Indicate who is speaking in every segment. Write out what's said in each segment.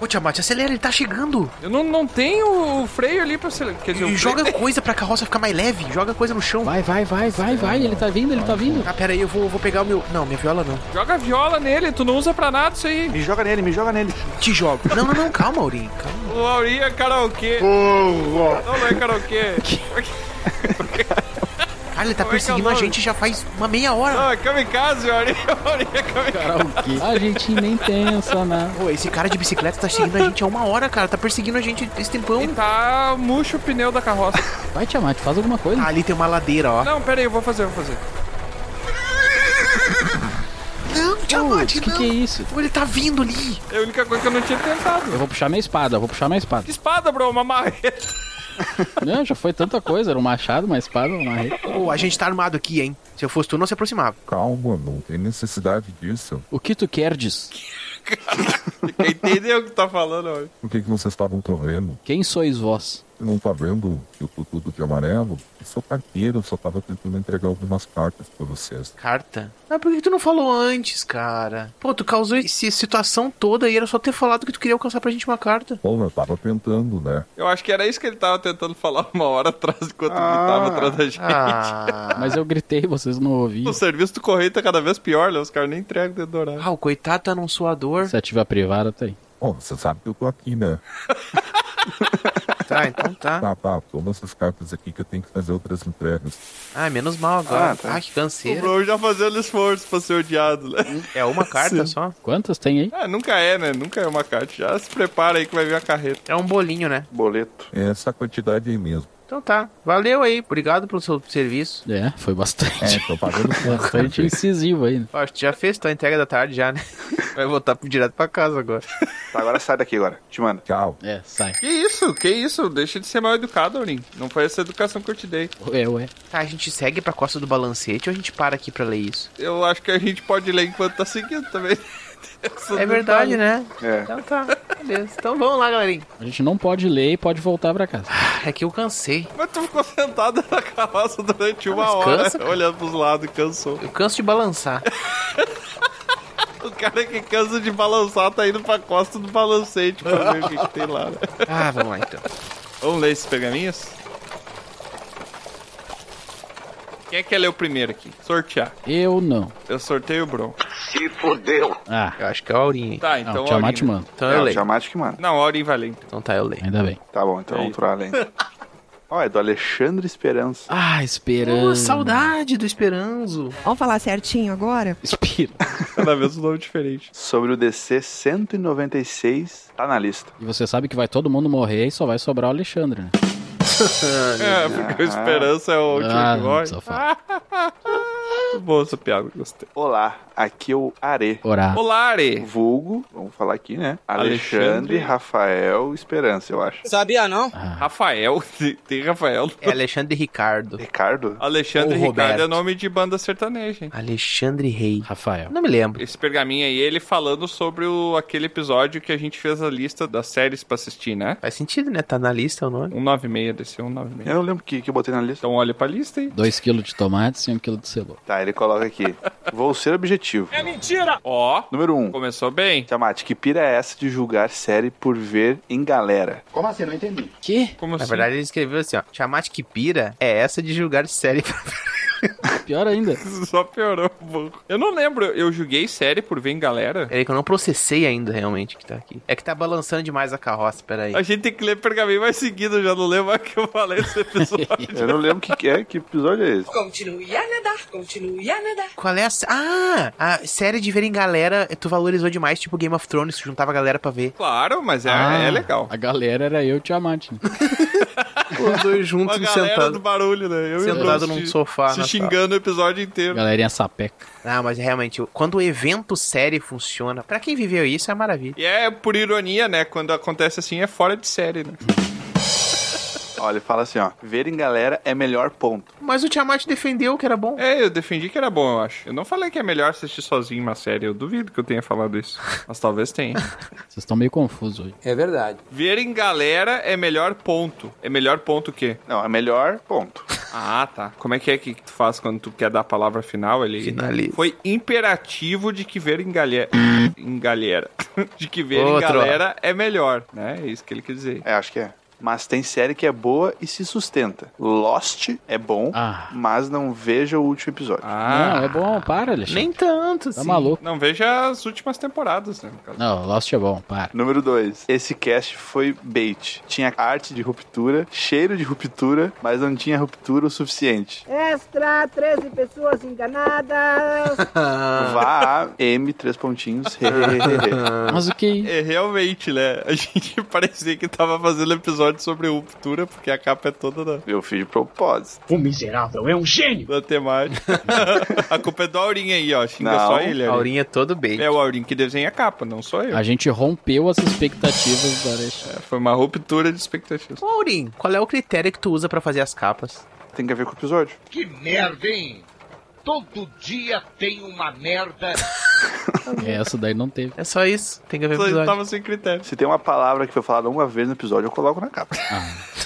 Speaker 1: Ô, Tiamat, acelera, ele tá chegando.
Speaker 2: Eu não, não tenho o freio ali pra acelerar. Quer dizer, o
Speaker 1: E
Speaker 2: freio-
Speaker 1: joga coisa pra carroça ficar mais leve. Joga coisa no chão.
Speaker 3: Vai, vai, vai, vai, vai. Ele tá vindo, ele tá vindo.
Speaker 1: Ah, pera aí, eu vou, vou pegar o meu... Não, minha viola não.
Speaker 2: Joga a viola nele, tu não usa pra nada isso aí.
Speaker 4: Me joga nele, me joga nele.
Speaker 1: Te jogo. Não, não, não, calma, Aurim. Calma.
Speaker 2: O Auri é karaokê. Não, não é karaokê.
Speaker 1: Cara, ele tá
Speaker 2: Como é que é o
Speaker 1: perseguindo a
Speaker 2: nome?
Speaker 1: gente já faz uma meia hora.
Speaker 2: Não, é kamikaze, o Auri. O Auri é kamikaze.
Speaker 3: A gente nem pensa, né?
Speaker 1: Pô, esse cara de bicicleta tá seguindo a gente há uma hora, cara. Tá perseguindo a gente esse tempão.
Speaker 2: E tá murcho o pneu da carroça.
Speaker 3: Vai, Tiamat, faz alguma coisa.
Speaker 1: Ah, ali tem uma ladeira, ó.
Speaker 2: Não, pera aí, eu vou fazer, eu vou fazer.
Speaker 1: Não,
Speaker 3: Putz,
Speaker 1: Tiamat,
Speaker 3: que que é isso?
Speaker 1: Pô, ele tá vindo ali.
Speaker 2: É a única coisa que eu não tinha tentado.
Speaker 3: Eu vou puxar minha espada, eu vou puxar minha espada.
Speaker 2: Que espada, bro, uma marreta.
Speaker 3: Não, já foi tanta coisa. Era um machado, uma espada, uma rede.
Speaker 1: Pô, a gente tá armado aqui, hein? Se eu fosse tu, não se aproximava.
Speaker 5: Calma, não tem necessidade disso.
Speaker 3: O que tu querdes?
Speaker 2: Entendeu o que tá falando, Auri?
Speaker 5: O que, que vocês estavam correndo?
Speaker 3: Quem sois vós?
Speaker 5: Você não tá vendo que eu tô tudo de amarelo? Eu sou carteiro, eu só tava tentando entregar algumas cartas pra vocês.
Speaker 1: Carta? Ah, por que tu não falou antes, cara? Pô, tu causou essa situação toda e era só ter falado que tu queria alcançar pra gente uma carta.
Speaker 5: Bom, eu tava tentando, né?
Speaker 2: Eu acho que era isso que ele tava tentando falar uma hora atrás, enquanto ele
Speaker 4: Ah.
Speaker 2: tava atrás da gente.
Speaker 1: Ah,
Speaker 3: Mas eu gritei, vocês não ouviam.
Speaker 2: O serviço do correio tá cada vez pior, né? Os caras nem entregam o dedo horário.
Speaker 1: ah o coitado tá num suador.
Speaker 3: Se ativar privada, tá aí.
Speaker 5: Bom, você sabe que eu tô aqui, né?
Speaker 1: Tá, então tá.
Speaker 5: Tá, tá, toma essas cartas aqui que eu tenho que fazer outras entregas.
Speaker 1: Ah, menos mal agora. Ah,
Speaker 4: Ah, tá.
Speaker 1: que
Speaker 2: O
Speaker 1: canseiro.
Speaker 2: Bro já fazendo esforço pra ser odiado, né?
Speaker 1: É uma carta só.
Speaker 3: Quantas tem aí?
Speaker 2: Ah, nunca é, né? Nunca é uma carta. Já se prepara aí que vai vir a carreta.
Speaker 1: É um bolinho, né?
Speaker 4: Boleto.
Speaker 5: É essa quantidade aí mesmo.
Speaker 1: Então tá. Valeu aí. Obrigado pelo seu serviço.
Speaker 3: É, foi bastante.
Speaker 5: É, tô pagando
Speaker 3: Bastante incisivo aí. né?
Speaker 1: Ó, acho que tu já fez tua entrega da tarde já, né? Vai voltar pro- direto pra casa agora.
Speaker 4: Tá, agora sai daqui agora. Te mando.
Speaker 5: Tchau.
Speaker 3: É, sai.
Speaker 2: Que isso? Que isso? Deixa de ser mal educado, Aurim. Não foi essa educação que eu te dei.
Speaker 3: Ué, ué.
Speaker 1: Tá, a gente segue pra costa do balancete ou a gente para aqui pra ler isso?
Speaker 2: Eu acho que a gente pode ler enquanto tá seguindo também. Essa
Speaker 1: É verdade,
Speaker 2: não
Speaker 1: né?
Speaker 4: É.
Speaker 1: Então tá. Beleza. Então vamos lá, galerinha.
Speaker 3: A gente não pode ler e pode voltar pra casa.
Speaker 1: É que eu cansei.
Speaker 2: tá- Mas tu ficou sentado na carroça durante uma
Speaker 1: mas
Speaker 2: hora,
Speaker 1: cansa, cara.
Speaker 2: olhando pros lados, cansou.
Speaker 1: Eu canso de balançar.
Speaker 2: O cara que cansa de balançar tá indo pra costa do balancete pra ver o que, que tem lá. né?
Speaker 1: Ah, vamos lá então.
Speaker 2: Vamos ler esses pergaminhos? Quem é que quer ler o primeiro aqui? Sortear.
Speaker 3: Eu não.
Speaker 2: Eu sorteio o Bron.
Speaker 3: Ah,
Speaker 1: Eu acho que é o Aurinha. hein?
Speaker 2: Tá,
Speaker 3: não,
Speaker 2: então
Speaker 3: o
Speaker 2: o Aurim.
Speaker 3: Tiamat manda.
Speaker 1: Então eu
Speaker 4: É, o
Speaker 1: leio.
Speaker 4: Tiamat que manda.
Speaker 2: Não, o Aurim vai ler. então.
Speaker 1: Então tá, eu leio.
Speaker 3: Ainda bem.
Speaker 4: Tá bom, então vamos pro além. Ó, é do Alexandre Esperança.
Speaker 3: Ah, esperança.
Speaker 1: Pô, saudade do Esperanzo.
Speaker 6: Vamos falar certinho agora?
Speaker 3: Espira.
Speaker 2: Cada vez um nome diferente.
Speaker 4: Sobre o DC 196, tá na lista.
Speaker 3: E você sabe que vai todo mundo morrer e só vai sobrar o Alexandre, né?
Speaker 2: É, porque o Esperança é o último
Speaker 3: Ah,
Speaker 2: que
Speaker 3: não
Speaker 2: morre.
Speaker 3: precisa falar.
Speaker 2: Muito Boa essa piada, gostei.
Speaker 4: Olá, aqui é o Are.
Speaker 3: Orar.
Speaker 2: Olá, Are.
Speaker 4: Vulgo, vamos falar aqui, né?
Speaker 2: Alexandre.
Speaker 4: Alexandre, Rafael Esperança, eu acho.
Speaker 7: Sabia não?
Speaker 3: Ah,
Speaker 2: Rafael, tem- tem Rafael.
Speaker 1: É Alexandre Ricardo.
Speaker 4: Ricardo?
Speaker 2: Alexandre
Speaker 1: Ou
Speaker 2: Ricardo é
Speaker 1: Roberto.
Speaker 2: nome de banda sertaneja, hein?
Speaker 1: Alexandre Rei.
Speaker 3: Rafael.
Speaker 1: Não me lembro.
Speaker 2: Esse pergaminho aí, ele falando sobre o, aquele episódio que a gente fez a lista das séries pra assistir, né?
Speaker 1: Faz sentido, né? Tá na lista o nome.
Speaker 2: 196, desceu 196.
Speaker 4: Eu não lembro o que, que eu botei na lista.
Speaker 2: Então olha pra lista aí.
Speaker 3: 2 kg de tomates e 1 kg de cebola.
Speaker 4: Tá, ele coloca aqui. Vou ser objetivo.
Speaker 2: Ó,
Speaker 4: Número 1. Um,
Speaker 2: começou bem.
Speaker 4: Tiamat, que pira é essa de julgar série por ver em galera?
Speaker 3: Que?
Speaker 2: Como
Speaker 1: Na
Speaker 2: assim?
Speaker 1: verdade, ele escreveu assim, ó. Tiamat que pira é essa de julgar série.
Speaker 3: Pior ainda.
Speaker 2: Só piorou um pouco. Eu não lembro, eu julguei série por ver em galera.
Speaker 1: Peraí É que eu não processei ainda, realmente, que tá aqui. É que tá balançando demais a carroça, peraí.
Speaker 2: A gente tem que ler pergaminho mais seguido, eu já não lembro mais o que eu falei nesse episódio.
Speaker 4: Eu não lembro o que, que é, que episódio é esse.
Speaker 7: Continue a nadar, continue a nadar.
Speaker 1: Qual é a... sé- Ah! A série de ver em galera, tu valorizou demais, tipo Game of Thrones, que juntava a galera pra ver.
Speaker 2: Claro, mas é,
Speaker 3: Ah,
Speaker 2: é legal.
Speaker 3: A galera era eu e o Tiamat. né?
Speaker 1: Os dois
Speaker 2: Uma
Speaker 1: juntos e
Speaker 2: galera
Speaker 1: sentados.
Speaker 2: do barulho, né? Eu e o
Speaker 1: Sentado
Speaker 2: Bruce
Speaker 1: num
Speaker 2: se-
Speaker 1: sofá na
Speaker 2: Se
Speaker 1: sala.
Speaker 2: xingando o episódio inteiro.
Speaker 3: Galerinha sapeca.
Speaker 1: Ah, mas realmente, quando o evento série funciona, pra quem viveu isso é maravilha.
Speaker 2: E é por ironia, né? Quando acontece assim, é fora de série, né?
Speaker 4: Ó, ele fala assim, ó. Ver em galera é melhor ponto.
Speaker 1: Mas o Tiamat defendeu que era bom.
Speaker 2: É, eu defendi que era bom, eu acho. Eu não falei que é melhor assistir sozinho uma série. Eu duvido que eu tenha falado isso. Mas talvez tenha.
Speaker 3: Vocês estão meio confusos hoje.
Speaker 7: É verdade.
Speaker 2: Ver em galera é melhor ponto. É melhor ponto o quê?
Speaker 4: Não, é melhor ponto.
Speaker 2: Ah, tá. Como é que é que tu faz quando tu quer dar a palavra final? Ele
Speaker 1: Finaliza.
Speaker 2: foi imperativo de que ver em galera, em galera, de que ver em
Speaker 1: Outro.
Speaker 2: galera é melhor, né? É isso que ele quer dizer.
Speaker 4: É, acho que é. Mas tem série que é boa e se sustenta. Lost é bom,
Speaker 3: Ah.
Speaker 4: mas não veja o último episódio.
Speaker 2: Ah,
Speaker 3: Não, é bom, para, Alexandre.
Speaker 1: Nem tanto,
Speaker 3: tá
Speaker 1: assim.
Speaker 3: maluco.
Speaker 2: não veja as últimas temporadas, né? no caso.
Speaker 3: Não, Lost é bom, para.
Speaker 4: Número 2. Esse cast foi bait. Tinha arte de ruptura, cheiro de ruptura, mas não tinha ruptura o suficiente.
Speaker 8: Extra, 13 pessoas enganadas.
Speaker 4: Vá a M, três pontinhos. he, he, he, he.
Speaker 3: Mas o que...
Speaker 2: É realmente, né? A gente parecia que tava fazendo episódio sobre ruptura, porque a capa é toda da,
Speaker 4: Eu fiz de propósito.
Speaker 9: O miserável é um gênio.
Speaker 2: da temática. a culpa é do Aurinho aí, ó. Xinga
Speaker 4: Não,
Speaker 2: só ele. Aurinho.
Speaker 1: Aurinha é todo bem.
Speaker 2: É o Aurinho que desenha a capa, não sou eu.
Speaker 3: A gente rompeu as expectativas do Alexandre.
Speaker 2: É, foi uma ruptura de expectativas.
Speaker 1: Ô, Aurim, qual é o critério que tu usa pra fazer as capas?
Speaker 4: Tem que ver com o episódio.
Speaker 9: Que merda, hein? Todo dia tem uma merda.
Speaker 2: Ah.
Speaker 3: Essa daí não teve.
Speaker 1: É só isso. Tem que ver o
Speaker 2: Eu
Speaker 1: episódio.
Speaker 2: tava sem critério.
Speaker 4: Se tem uma palavra que foi falada uma vez no episódio, eu coloco na capa.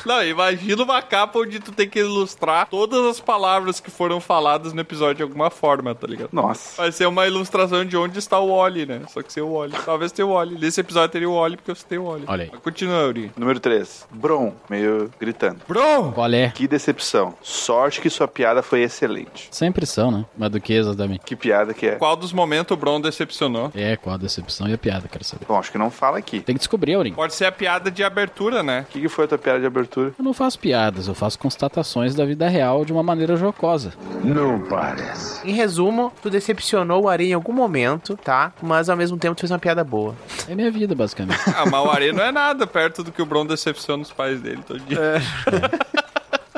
Speaker 2: Não, imagina uma capa onde tu tem que ilustrar todas as palavras que foram faladas no episódio de alguma forma, tá ligado?
Speaker 4: Nossa.
Speaker 2: Vai ser uma ilustração de onde está o Oli, né? Só que sem o Oli. Talvez tenha o Oli. Nesse episódio teria o Oli, porque eu citei o Oli.
Speaker 3: Olha aí.
Speaker 2: Mas continua, Aurinho.
Speaker 4: Número 3. Bron, meio gritando.
Speaker 2: Bro!
Speaker 3: Qual é?
Speaker 4: Que decepção. Sorte que sua piada foi excelente.
Speaker 3: Sempre são, né? Mas do que exatamente?
Speaker 4: Que piada que é?
Speaker 2: Qual dos momentos o Bron decepcionou?
Speaker 3: É, qual a decepção e a piada, quero saber.
Speaker 4: Bom, acho que não fala aqui.
Speaker 3: Tem que descobrir, Aurim.
Speaker 2: Pode ser a piada de abertura, né?
Speaker 4: O que, que foi a tua piada de abertura?
Speaker 3: Eu não faço piadas, eu faço constatações da vida real de uma maneira jocosa.
Speaker 9: Não parece.
Speaker 1: Em resumo, tu decepcionou o Aurim em algum momento, tá? Mas ao mesmo tempo tu fez uma piada boa.
Speaker 3: É minha vida, basicamente.
Speaker 2: Ah, mas o Ari não é nada perto do que o Bron decepciona os pais dele todo dia.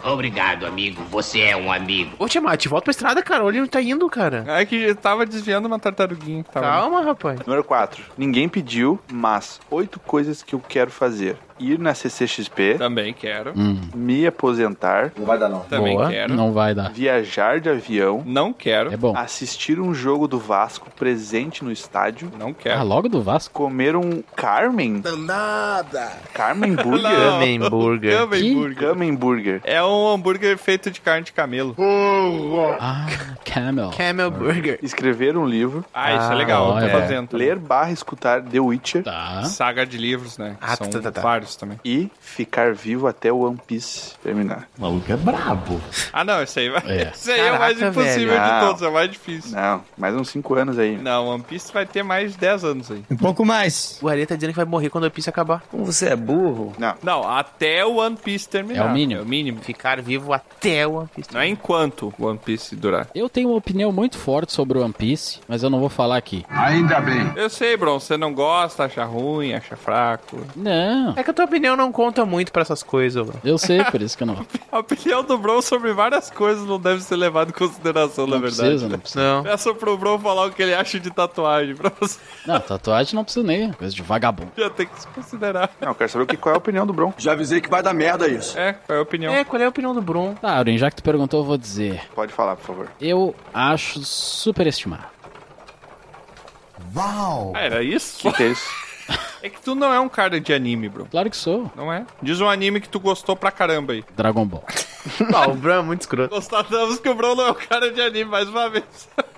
Speaker 9: Obrigado, amigo. Você é um amigo.
Speaker 1: Ô, Tiamat, volta pra estrada, cara. Olha onde tá indo, cara.
Speaker 2: É que eu tava desviando uma tartaruguinha que tava.
Speaker 1: Calma, rapaz.
Speaker 4: Número 4. Ninguém pediu, mas oito coisas que eu quero fazer. Ir na CCXP,
Speaker 2: Também quero.
Speaker 4: me aposentar,
Speaker 2: Também
Speaker 1: Boa.
Speaker 2: quero. Ah, Não.
Speaker 3: Hum, Não vai dar.
Speaker 4: viajar de avião,
Speaker 2: quero.
Speaker 3: É bom.
Speaker 4: assistir um jogo do Vasco presente no estádio,
Speaker 2: Não
Speaker 3: Ah,
Speaker 2: quero.
Speaker 3: logo do Vasco?
Speaker 4: comer um Carmen,
Speaker 9: Danada.
Speaker 4: Carmen Burger,
Speaker 2: Não.
Speaker 1: Também, burger.
Speaker 2: Gama
Speaker 3: Que-
Speaker 2: hambúrguer.
Speaker 4: Carmen Burger.
Speaker 2: É um hambúrguer feito de carne de camelo.
Speaker 3: Ah, Camel.
Speaker 1: Camel Burger.
Speaker 4: Escrever um livro,
Speaker 2: Ah, isso é
Speaker 1: Ah,
Speaker 2: legal.
Speaker 3: olha.
Speaker 2: Tô fazendo.
Speaker 4: Então, ler barra escutar The Witcher
Speaker 3: Tá.
Speaker 2: Saga de livros, né?
Speaker 1: Ah,
Speaker 2: São
Speaker 1: tá, tá, tá.
Speaker 2: vários também.
Speaker 4: e ficar vivo até o One Piece terminar.
Speaker 9: O maluco é brabo.
Speaker 2: Ah, não, esse aí vai.
Speaker 3: É.
Speaker 2: Esse aí é o
Speaker 1: Caraca,
Speaker 2: mais impossível
Speaker 4: velho.
Speaker 2: de
Speaker 4: Não.
Speaker 2: todos, é o mais difícil.
Speaker 4: Não, mais uns 5 anos aí.
Speaker 2: Não, One Piece vai ter mais de 10 anos aí.
Speaker 10: Um pouco mais.
Speaker 1: O Ari tá dizendo que vai morrer quando o Piece acabar.
Speaker 10: Como você é burro.
Speaker 2: Não, até o One Piece terminar.
Speaker 3: É o mínimo.
Speaker 2: É o mínimo.
Speaker 1: Ficar vivo até o One Piece.
Speaker 2: Não é enquanto o One Piece durar.
Speaker 3: Eu tenho uma opinião muito forte sobre o One Piece, mas eu não vou falar aqui.
Speaker 2: Eu sei, Bron, você não gosta, acha ruim, acha fraco.
Speaker 3: Não,
Speaker 1: É que a tua opinião não conta muito pra essas coisas, bro.
Speaker 3: eu sei, por isso que eu não.
Speaker 2: A opinião do Bron sobre várias coisas não deve ser levada em consideração, na
Speaker 3: Não
Speaker 2: verdade.
Speaker 3: precisa, não precisa.
Speaker 1: Não.
Speaker 2: Peça pro Bron falar o que ele acha de tatuagem pra você.
Speaker 3: Não, tatuagem não precisa nem. Coisa de vagabundo.
Speaker 2: Já tem que se considerar.
Speaker 4: Não, eu quero saber o que, qual é a opinião do Bron.
Speaker 10: Já avisei que vai dar merda isso.
Speaker 2: É, qual é a opinião?
Speaker 1: É, qual é a opinião do Bron?
Speaker 3: Tá, Aurim, já que tu perguntou, eu vou dizer.
Speaker 4: Pode falar, por favor.
Speaker 3: Eu acho superestimado.
Speaker 2: Ah, era isso?
Speaker 4: Que é isso?
Speaker 2: É que tu não é um cara de anime, Bron.
Speaker 3: Claro que sou.
Speaker 2: Não é? Diz um anime que tu gostou pra caramba aí.
Speaker 3: Dragon Ball.
Speaker 1: Não, o Bron é muito escroto.
Speaker 2: Constatamos que o Bron não é um cara de anime, mais uma vez.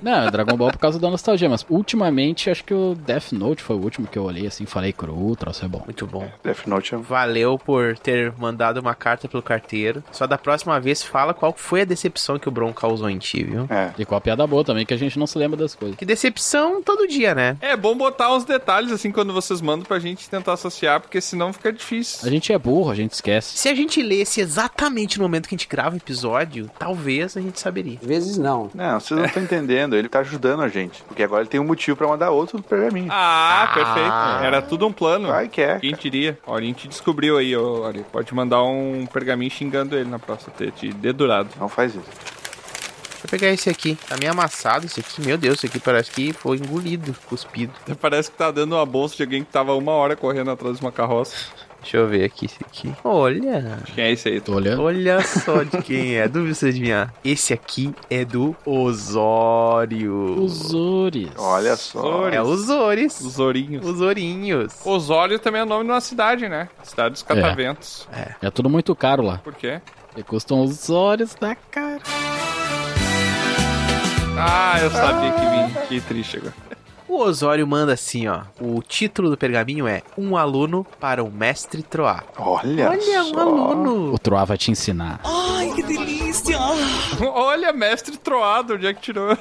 Speaker 3: Não, é Dragon Ball por causa da nostalgia, mas ultimamente acho que o Death Note foi o último que eu olhei assim, falei cru, troço é bom.
Speaker 1: Muito bom.
Speaker 4: Death Note é
Speaker 1: Valeu por ter mandado uma carta pelo carteiro. Só da próxima vez fala qual foi a decepção que o Bron causou em ti, viu?
Speaker 4: É.
Speaker 3: E com a piada boa também, que a gente não se lembra das coisas.
Speaker 1: Que decepção todo dia, né?
Speaker 2: É bom botar uns detalhes assim quando vocês mandam pra gente tentar associar, porque senão fica difícil.
Speaker 3: A gente é burro, a gente esquece.
Speaker 1: Se a gente lesse exatamente no momento que a gente grava o episódio, talvez a gente saberia.
Speaker 10: Vezes não.
Speaker 4: Não, vocês não estão entendendo. Ele tá ajudando a gente. Porque agora ele tem um motivo pra mandar outro pergaminho.
Speaker 2: Ah, perfeito. Era tudo um plano.
Speaker 4: Vai que é.
Speaker 2: Quem diria? Ó, a gente descobriu aí, ó, Ari. Pode mandar um pergaminho xingando ele na próxima, ter te dedurado.
Speaker 4: Não faz isso.
Speaker 1: Deixa eu pegar esse aqui. Tá meio amassado esse aqui. Meu Deus, esse aqui parece que foi engolido, cuspido.
Speaker 2: Até Parece que tá dando uma bolsa de alguém que tava uma hora correndo atrás de uma carroça.
Speaker 1: Deixa eu ver aqui esse aqui. Olha.
Speaker 2: Quem é esse aí?
Speaker 3: Tô olhando.
Speaker 1: Olha só de quem é. Duvido você adivinhar. Esse aqui é do Osório.
Speaker 3: Os Ures.
Speaker 4: Olha só.
Speaker 1: É os Ores.
Speaker 2: Os Ourinhos.
Speaker 1: Os Ourinhos.
Speaker 2: Osório também é nome de uma cidade, né? Cidade dos Cataventos.
Speaker 3: É tudo muito caro lá.
Speaker 2: Por quê?
Speaker 3: E custam os olhos da cara.
Speaker 2: Ah, eu sabia que vim. Que triste agora.
Speaker 1: O Osório manda assim, ó. O título do pergaminho é Um aluno para o mestre Troá.
Speaker 4: Olha,
Speaker 1: Olha, um
Speaker 4: só.
Speaker 1: aluno.
Speaker 3: O Troá vai te ensinar.
Speaker 2: Olha, mestre troado, onde é que tirou?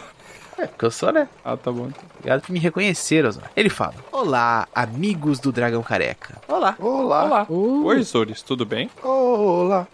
Speaker 1: É, porque eu sou, né?
Speaker 2: Ah, tá bom.
Speaker 1: Obrigado por me reconhecer, Osório. Ele fala: Olá, amigos do Dragão Careca. Olá.
Speaker 4: Olá. Olá.
Speaker 2: Olá. Oi, Soris, tudo bem?
Speaker 4: Olá.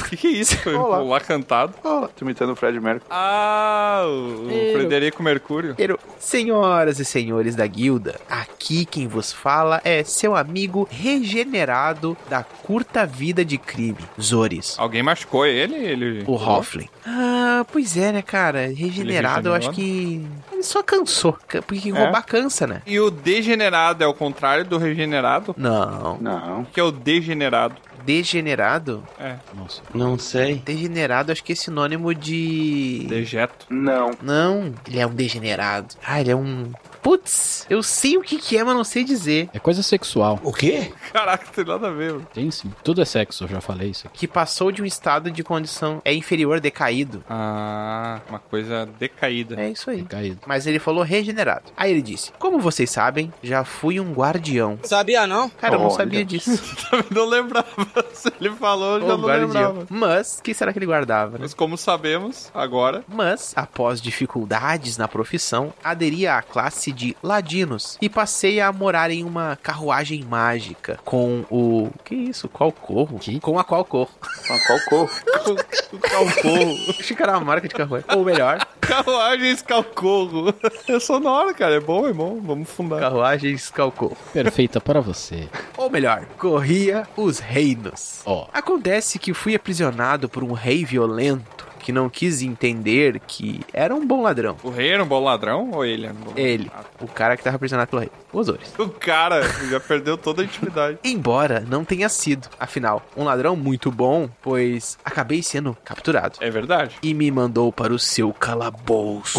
Speaker 2: O que, que é isso? Foi
Speaker 4: Olá.
Speaker 2: um lá cantado.
Speaker 4: Olá. Tô imitando o Fred Mercury.
Speaker 2: Ah, o, o
Speaker 3: Eu.
Speaker 2: Frederico Mercúrio.
Speaker 1: Pero, Senhoras e senhores da guilda, aqui quem vos fala é seu amigo regenerado da curta vida de crime, Zoris.
Speaker 2: Alguém machucou ele? ele...
Speaker 1: O Hoffling. Ah, pois é, né, cara? Regenerado, eu acho que. Ele só cansou. ca-
Speaker 4: É?
Speaker 1: Porque roubar cansa, né?
Speaker 2: E o degenerado é o contrário do regenerado?
Speaker 1: Não.
Speaker 4: Não.
Speaker 2: O que é o degenerado?
Speaker 1: Degenerado?
Speaker 2: É,
Speaker 3: Nossa.
Speaker 10: Não sei.
Speaker 1: Degenerado, acho que é sinônimo de.
Speaker 2: dejeto.
Speaker 4: Não.
Speaker 1: Não, ele é um degenerado. Ah, ele é um. Putz, eu sei o que, que é, mas não sei dizer.
Speaker 3: É coisa sexual.
Speaker 10: O quê?
Speaker 2: Caraca, tem nada a ver. mano.
Speaker 3: Tem sim. Tudo é sexo, eu já falei isso aqui.
Speaker 1: Que passou de um estado de condição. É inferior, decaído.
Speaker 2: Ah, uma coisa decaída.
Speaker 1: É isso aí.
Speaker 3: É caído.
Speaker 1: Mas ele falou regenerado. Aí ele disse: Como vocês sabem, já fui um guardião.
Speaker 10: Sabia não?
Speaker 1: Cara, eu não
Speaker 4: Olha.
Speaker 1: sabia disso.
Speaker 2: Também não lembrava. Se ele falou, eu já
Speaker 1: Um
Speaker 2: não lembrava.
Speaker 1: Mas, o que será que ele guardava, né?
Speaker 2: Mas como sabemos, agora...
Speaker 1: Mas, após dificuldades na profissão, aderi à classe de ladinos e passei a morar em uma carruagem mágica com o. Que isso? Qual corro?
Speaker 3: Que?
Speaker 1: Com a qual corro?
Speaker 4: Mas qual cor?
Speaker 2: O calcorro.
Speaker 1: Acho que era uma marca de carruagem. Ou melhor,
Speaker 2: Carruagens calcorro. É sonoro, cara. É bom, é bom. Vamos fundar.
Speaker 1: carruagens calcorro.
Speaker 3: Perfeita para você.
Speaker 1: Ou melhor, corria os reinos.
Speaker 3: Ó.
Speaker 1: Acontece que fui aprisionado por um rei violento que não quis entender que era um bom ladrão.
Speaker 2: O rei era um bom ladrão ou ele era um bom
Speaker 1: Ele, o cara que tava aprisionado pelo rei. Os outros.
Speaker 2: O cara já perdeu toda a intimidade.
Speaker 1: Embora não tenha sido, afinal, um ladrão muito bom, pois acabei sendo capturado.
Speaker 2: É verdade.
Speaker 1: E me mandou para o seu calabouço.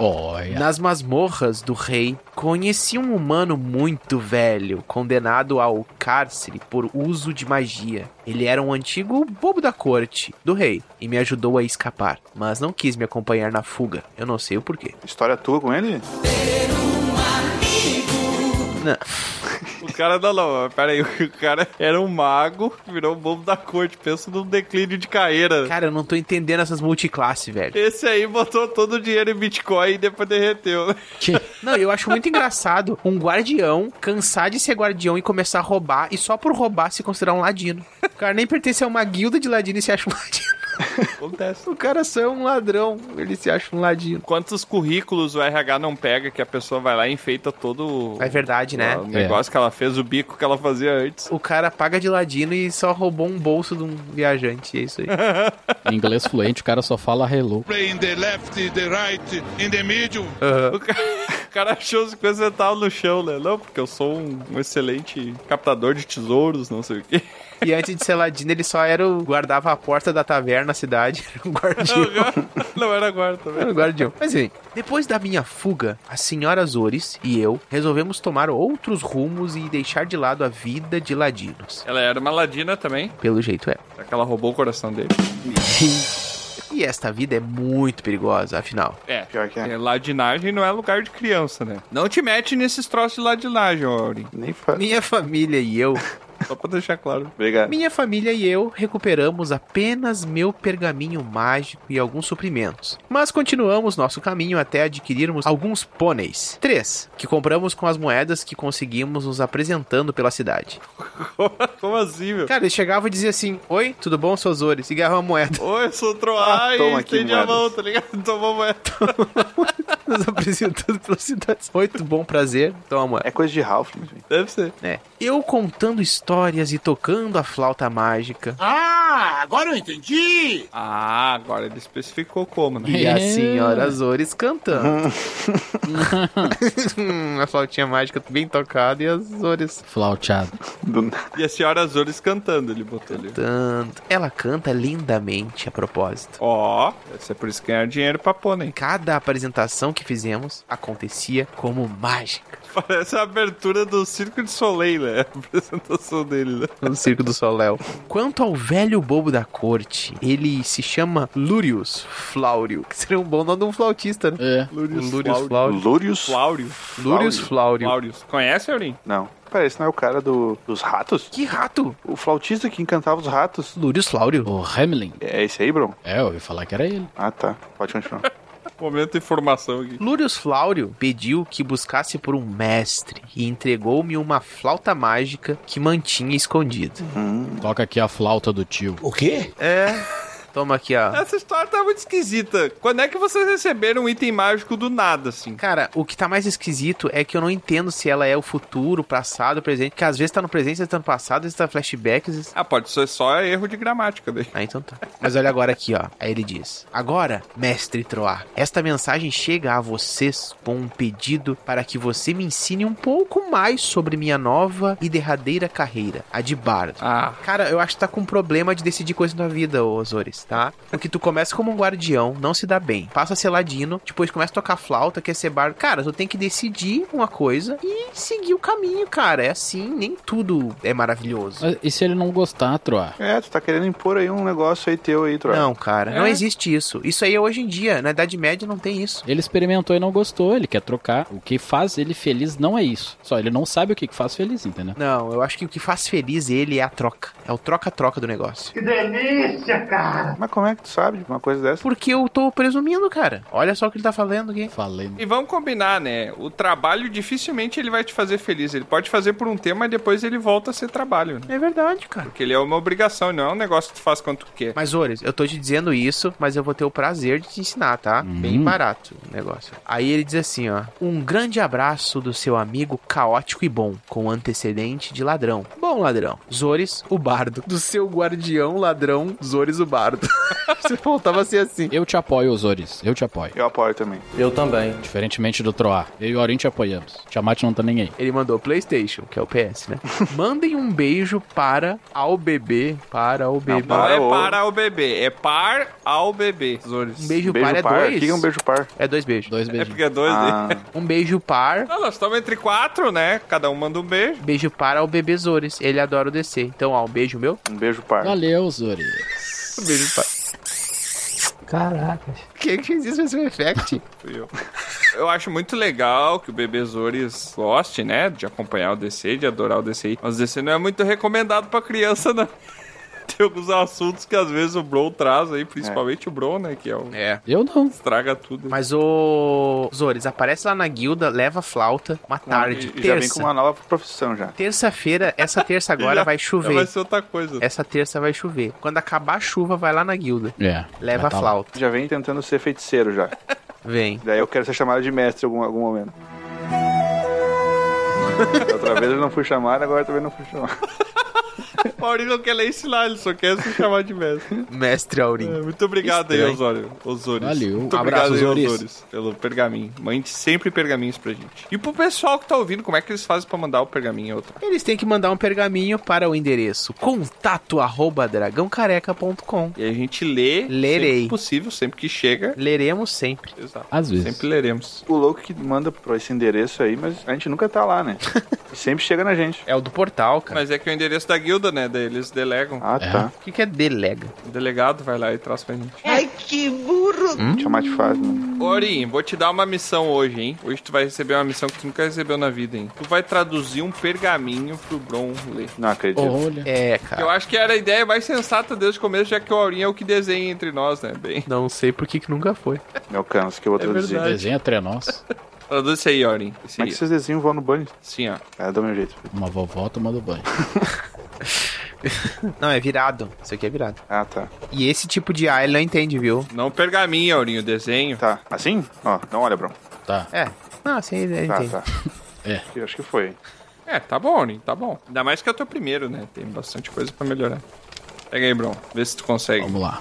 Speaker 3: Olha.
Speaker 1: Nas masmorras do rei, conheci um humano muito velho, condenado ao cárcere por uso de magia. Ele era um antigo bobo da corte do rei e me ajudou a escapar, mas não quis me acompanhar na fuga. Eu não sei o porquê.
Speaker 4: História tua com ele?
Speaker 1: Não,
Speaker 2: O cara, não, não, pera aí. O cara era um mago, virou um bobo da corte. Pensa num declínio de carreira.
Speaker 1: cara, eu não tô entendendo essas multiclasse, velho.
Speaker 2: Esse aí botou todo o dinheiro em Bitcoin e depois derreteu.
Speaker 3: Que-
Speaker 1: Não, eu acho muito engraçado um guardião cansar de ser guardião e começar a roubar e só por roubar se considerar um ladino. O cara nem pertence a uma guilda de ladino e se acha um ladino.
Speaker 2: Acontece.
Speaker 1: O cara só é um ladrão, ele se acha um ladino.
Speaker 2: Quantos currículos o RH não pega que a pessoa vai lá e enfeita todo o-
Speaker 1: É verdade, né?
Speaker 2: o negócio que ela fez, o bico que ela fazia antes.
Speaker 1: O cara paga de ladino e só roubou um bolso de um viajante, é isso aí.
Speaker 3: Em inglês fluente, o cara só fala hello.
Speaker 9: Play in the left, the right, in the middle.
Speaker 2: O cara, o cara achou 50 centavos no chão, né? Não, porque eu sou um, um excelente captador de tesouros, não sei o quê.
Speaker 1: E antes de ser ladino, ele só era o guardava a porta da taverna na cidade, era um guardião.
Speaker 2: Não era agora também.
Speaker 1: Era um guardião. Mas enfim, depois da minha fuga, a senhora Zores e eu resolvemos tomar outros rumos e deixar de lado a vida de ladinos.
Speaker 2: Ela era uma ladina também,
Speaker 1: Pelo jeito é.
Speaker 2: já que ela roubou o coração dele.
Speaker 1: E esta vida é muito perigosa, afinal.
Speaker 2: É.
Speaker 4: Pior que é.
Speaker 2: é, Ladinagem não é lugar de criança, né? Não te mete nesses troços de ladinagem, Aurin.
Speaker 4: Nem fa...
Speaker 1: Minha família e eu.
Speaker 2: Só pra deixar claro.
Speaker 4: Obrigado.
Speaker 1: Minha família e eu recuperamos apenas meu pergaminho mágico e alguns suprimentos. Mas continuamos nosso caminho até adquirirmos alguns pôneis. Três, que compramos com as moedas que conseguimos nos apresentando pela cidade.
Speaker 2: Como assim, meu?
Speaker 1: Cara, ele chegava e dizia assim: Oi, tudo bom, seus ores? E agarrava uma moeda.
Speaker 2: Oi, eu sou o Troá
Speaker 4: Ah,
Speaker 2: e
Speaker 4: toma aqui,
Speaker 2: estendi a
Speaker 4: moedas.
Speaker 2: mão, tá ligado? Tomou moeda.
Speaker 1: Nos apresentando pela cidade. Oi, tudo bom, prazer. Toma a moeda.
Speaker 4: É coisa de Ralph, gente.
Speaker 2: Deve ser.
Speaker 1: É. Eu contando histórias e tocando a flauta mágica.
Speaker 9: Ah, agora eu entendi!
Speaker 2: Ah, agora ele especificou como, né?
Speaker 1: E a
Speaker 3: É.
Speaker 1: senhora Azores cantando. Hum, a flautinha mágica bem tocada e as Azores
Speaker 3: Flauteado.
Speaker 4: Do nada.
Speaker 2: E a senhora Azores cantando, ele botou ali.
Speaker 1: cantando. Ela canta lindamente, a propósito.
Speaker 2: é Ó, deve ser por isso que ganhar dinheiro pra pôr, né?
Speaker 1: Cada apresentação que fizemos acontecia como mágica.
Speaker 2: Parece a abertura do Circo de Soleil, né? A apresentação dele, né?
Speaker 1: No Circo do Soléu. Quanto ao velho bobo da corte, ele se chama Lurius Flaurio. Que seria um bom nome de um flautista, né?
Speaker 3: É.
Speaker 1: Lurius,
Speaker 2: Flaurio.
Speaker 1: Flaurio.
Speaker 4: Lúrius?
Speaker 2: Flaurio.
Speaker 1: Lurius Flaurio.
Speaker 2: Flaurio. Conhece, Aurim?
Speaker 4: Não. Peraí, esse não é o cara do, dos ratos?
Speaker 1: Que rato!
Speaker 4: O flautista que encantava os ratos.
Speaker 1: Lurius Flaurio.
Speaker 3: O Hamlin.
Speaker 4: É esse aí, Bron?
Speaker 3: É, eu ouvi falar que era ele.
Speaker 4: Ah, tá. Pode continuar.
Speaker 2: Momento de informação aqui.
Speaker 1: Lúrius Flaurio pediu que buscasse por um mestre e entregou-me uma flauta mágica que mantinha escondida.
Speaker 4: Hum.
Speaker 3: Toca aqui a flauta do tio.
Speaker 10: O quê?
Speaker 1: É. Toma aqui, ó.
Speaker 2: Essa história tá muito esquisita. Quando é que vocês receberam um item mágico do nada, assim?
Speaker 1: Cara, o que tá mais esquisito é que eu não entendo se ela é o futuro, o passado, o presente, porque às vezes tá no presente, às vezes tá no passado, às vezes tá flashback, às vezes...
Speaker 2: Ah, pode ser só erro de gramática né?
Speaker 1: Ah,
Speaker 2: daí.
Speaker 1: então tá. Mas olha agora aqui, ó. Aí ele diz: Agora, mestre Troar, esta mensagem chega a vocês com um pedido para que você me ensine um pouco mais sobre minha nova e derradeira carreira, a de bardo.
Speaker 2: Ah.
Speaker 1: Cara, eu acho que tá com um problema de decidir coisa na vida, ô Azores, tá? Porque tu começa como um guardião, não se dá bem, passa a ser ladino, depois começa a tocar flauta, quer ser bardo. Cara, tu tem que decidir uma coisa e seguir o caminho, cara. É assim, nem tudo é maravilhoso.
Speaker 3: Mas E se ele não gostar, Troar?
Speaker 4: É, tu tá querendo impor aí um negócio aí teu aí, Troy.
Speaker 1: Não, cara,
Speaker 2: É.
Speaker 1: não existe isso. Isso aí é hoje em dia, na Idade Média não tem isso.
Speaker 3: Ele experimentou e não gostou, ele quer trocar. O que faz ele feliz não é isso. Só ele não sabe o que que faz feliz, entendeu?
Speaker 1: Não, eu acho que o que faz feliz ele é a troca. É o troca-troca do negócio.
Speaker 4: Mas como é que tu sabe de uma coisa dessa?
Speaker 1: Porque eu tô presumindo, cara. Olha só o que ele tá falando aqui.
Speaker 3: Falei.
Speaker 2: E vamos combinar, né? O trabalho dificilmente ele vai te fazer feliz. Ele pode fazer por um tempo, mas depois ele volta a ser trabalho, né?
Speaker 1: É verdade, cara.
Speaker 2: Porque ele é uma obrigação, não é um negócio que tu faz quando tu quer.
Speaker 1: Mas, Ores, eu tô te dizendo isso, mas eu vou ter o prazer de te ensinar, tá? Bem barato o negócio. Aí ele diz assim, ó. Um grande abraço do seu amigo caótico e bom, com antecedente de ladrão. Bom ladrão. Zores, o bardo. Do seu guardião ladrão, Zores, o bardo. Você faltava ser assim.
Speaker 3: Eu te apoio, Osores. Eu te apoio.
Speaker 4: Eu apoio também.
Speaker 10: Eu também.
Speaker 3: Diferentemente do Troar. Eu e o Aurim te apoiamos. Tiamat não tá nem aí.
Speaker 1: Ele mandou PlayStation, que é o PS, né? Mandem um beijo para ao bebê, para o bebê.
Speaker 2: Não
Speaker 4: Para
Speaker 2: é
Speaker 4: o-
Speaker 2: para ao bebê, é par ao bebê, Zores.
Speaker 1: Um beijo,
Speaker 4: Um beijo
Speaker 1: par é
Speaker 4: par.
Speaker 1: dois?
Speaker 4: O que é um beijo par?
Speaker 1: É dois beijos.
Speaker 3: Dois
Speaker 2: É
Speaker 3: beijinhos.
Speaker 2: porque é dois
Speaker 4: Ah,
Speaker 2: né?
Speaker 1: Um beijo par.
Speaker 2: Ah, nós estamos entre quatro, né? Cada um manda um beijo.
Speaker 1: Beijo para o bebê Zores. Ele adora o DC. Então, ó, um beijo meu.
Speaker 4: um beijo par.
Speaker 3: Valeu, Zori.
Speaker 1: Um beijo par.
Speaker 10: Caraca.
Speaker 1: Quem que fez isso nesse effect?
Speaker 2: Fui eu. Eu acho muito legal que o bebê Zores goste, né? De acompanhar o DC, de adorar o DC. Mas o DC não é muito recomendado pra criança, não. Tem alguns assuntos que às vezes o Bro traz aí, principalmente o Bro, né? Que é o...
Speaker 1: É.
Speaker 3: Eu não.
Speaker 2: estraga tudo.
Speaker 1: Mas ô. Zores, aparece lá na guilda, leva a flauta, uma tarde.
Speaker 4: E já vem com
Speaker 1: terça.
Speaker 4: uma nova profissão já.
Speaker 1: Terça-feira, essa terça agora
Speaker 2: Já-
Speaker 1: vai
Speaker 2: Já É, Vai
Speaker 1: chover.
Speaker 2: ser outra coisa.
Speaker 1: Essa terça vai chover. Quando acabar a chuva, vai lá na guilda.
Speaker 3: É.
Speaker 1: Leva
Speaker 3: Vai
Speaker 1: a
Speaker 3: tá lá.
Speaker 1: flauta.
Speaker 4: Já vem tentando ser feiticeiro já.
Speaker 1: Vem.
Speaker 4: Daí eu quero ser chamado de mestre em algum, algum momento. Outra vez eu não fui chamado, agora também não fui chamado.
Speaker 2: O Maurinho não quer ler ensinar, ele só quer se chamar de mestre.
Speaker 1: Mestre
Speaker 2: É,
Speaker 1: Aurim.
Speaker 2: muito obrigado aí,
Speaker 1: Estranho.
Speaker 2: Osório. Osores.
Speaker 3: Valeu.
Speaker 2: Muito
Speaker 3: Um
Speaker 2: obrigado
Speaker 3: abraço,
Speaker 2: aí,
Speaker 3: Osores.
Speaker 2: Osores, pelo pergaminho. Mande sempre pergaminhos pra gente. E pro pessoal que tá ouvindo, como é que eles fazem pra mandar o pergaminho é outro?
Speaker 1: Eles têm que mandar um pergaminho para o endereço contato arroba dragãocareca.com.
Speaker 2: E a gente lê
Speaker 1: Lerei.
Speaker 2: sempre que possível, sempre que chega.
Speaker 1: Leremos sempre.
Speaker 2: Exato.
Speaker 3: Às vezes.
Speaker 2: Sempre leremos.
Speaker 4: O louco que manda pra esse endereço aí, mas a gente nunca tá lá, né? E sempre chega na gente.
Speaker 1: É o do portal, cara.
Speaker 2: Mas é que é o endereço da guilda, né? Daí eles delegam.
Speaker 4: Ah,
Speaker 3: É.
Speaker 4: tá.
Speaker 1: O que, que é delega?
Speaker 2: O delegado vai lá e traz pra gente.
Speaker 8: Ai, que burro!
Speaker 4: Chamar de fase, mano.
Speaker 2: Ori, vou te dar uma missão hoje, hein? Hoje tu vai receber uma missão que tu nunca recebeu na vida, hein? Tu vai traduzir um pergaminho pro Bron ler.
Speaker 4: Não acredito.
Speaker 3: Olha.
Speaker 1: É,
Speaker 2: Que Eu
Speaker 1: cara.
Speaker 2: acho que era a ideia mais sensata desde o começo, já que o Aurinho é o que desenha entre nós, né? Bem,
Speaker 1: Não sei por que, que nunca foi.
Speaker 4: Meu canso, que eu vou traduzir.
Speaker 2: verdade.
Speaker 3: Desenha entre nós.
Speaker 2: traduz isso aí, Aurinho. Esse
Speaker 4: Como é
Speaker 2: aí.
Speaker 4: que vocês desenham vão no banho?
Speaker 2: Sim, ó.
Speaker 4: É, do meu jeito.
Speaker 3: Uma vovó tomando banho.
Speaker 1: Não, é virado. Isso aqui é virado.
Speaker 4: Ah, tá.
Speaker 1: E esse tipo de A ele não entende, viu?
Speaker 2: Não pergaminho, Aurinho, desenho.
Speaker 4: Tá. Assim? Ó, não olha, Bruno.
Speaker 3: Tá.
Speaker 1: É. Não, assim ele
Speaker 4: Tá,
Speaker 1: entende.
Speaker 4: tá.
Speaker 3: É.
Speaker 4: Eu acho que foi.
Speaker 2: É, tá bom, Aurinho, tá bom. Ainda mais que é o teu primeiro, né? Tem bastante coisa pra melhorar. Pega aí, Bron. Vê se tu consegue.
Speaker 3: Vamos lá.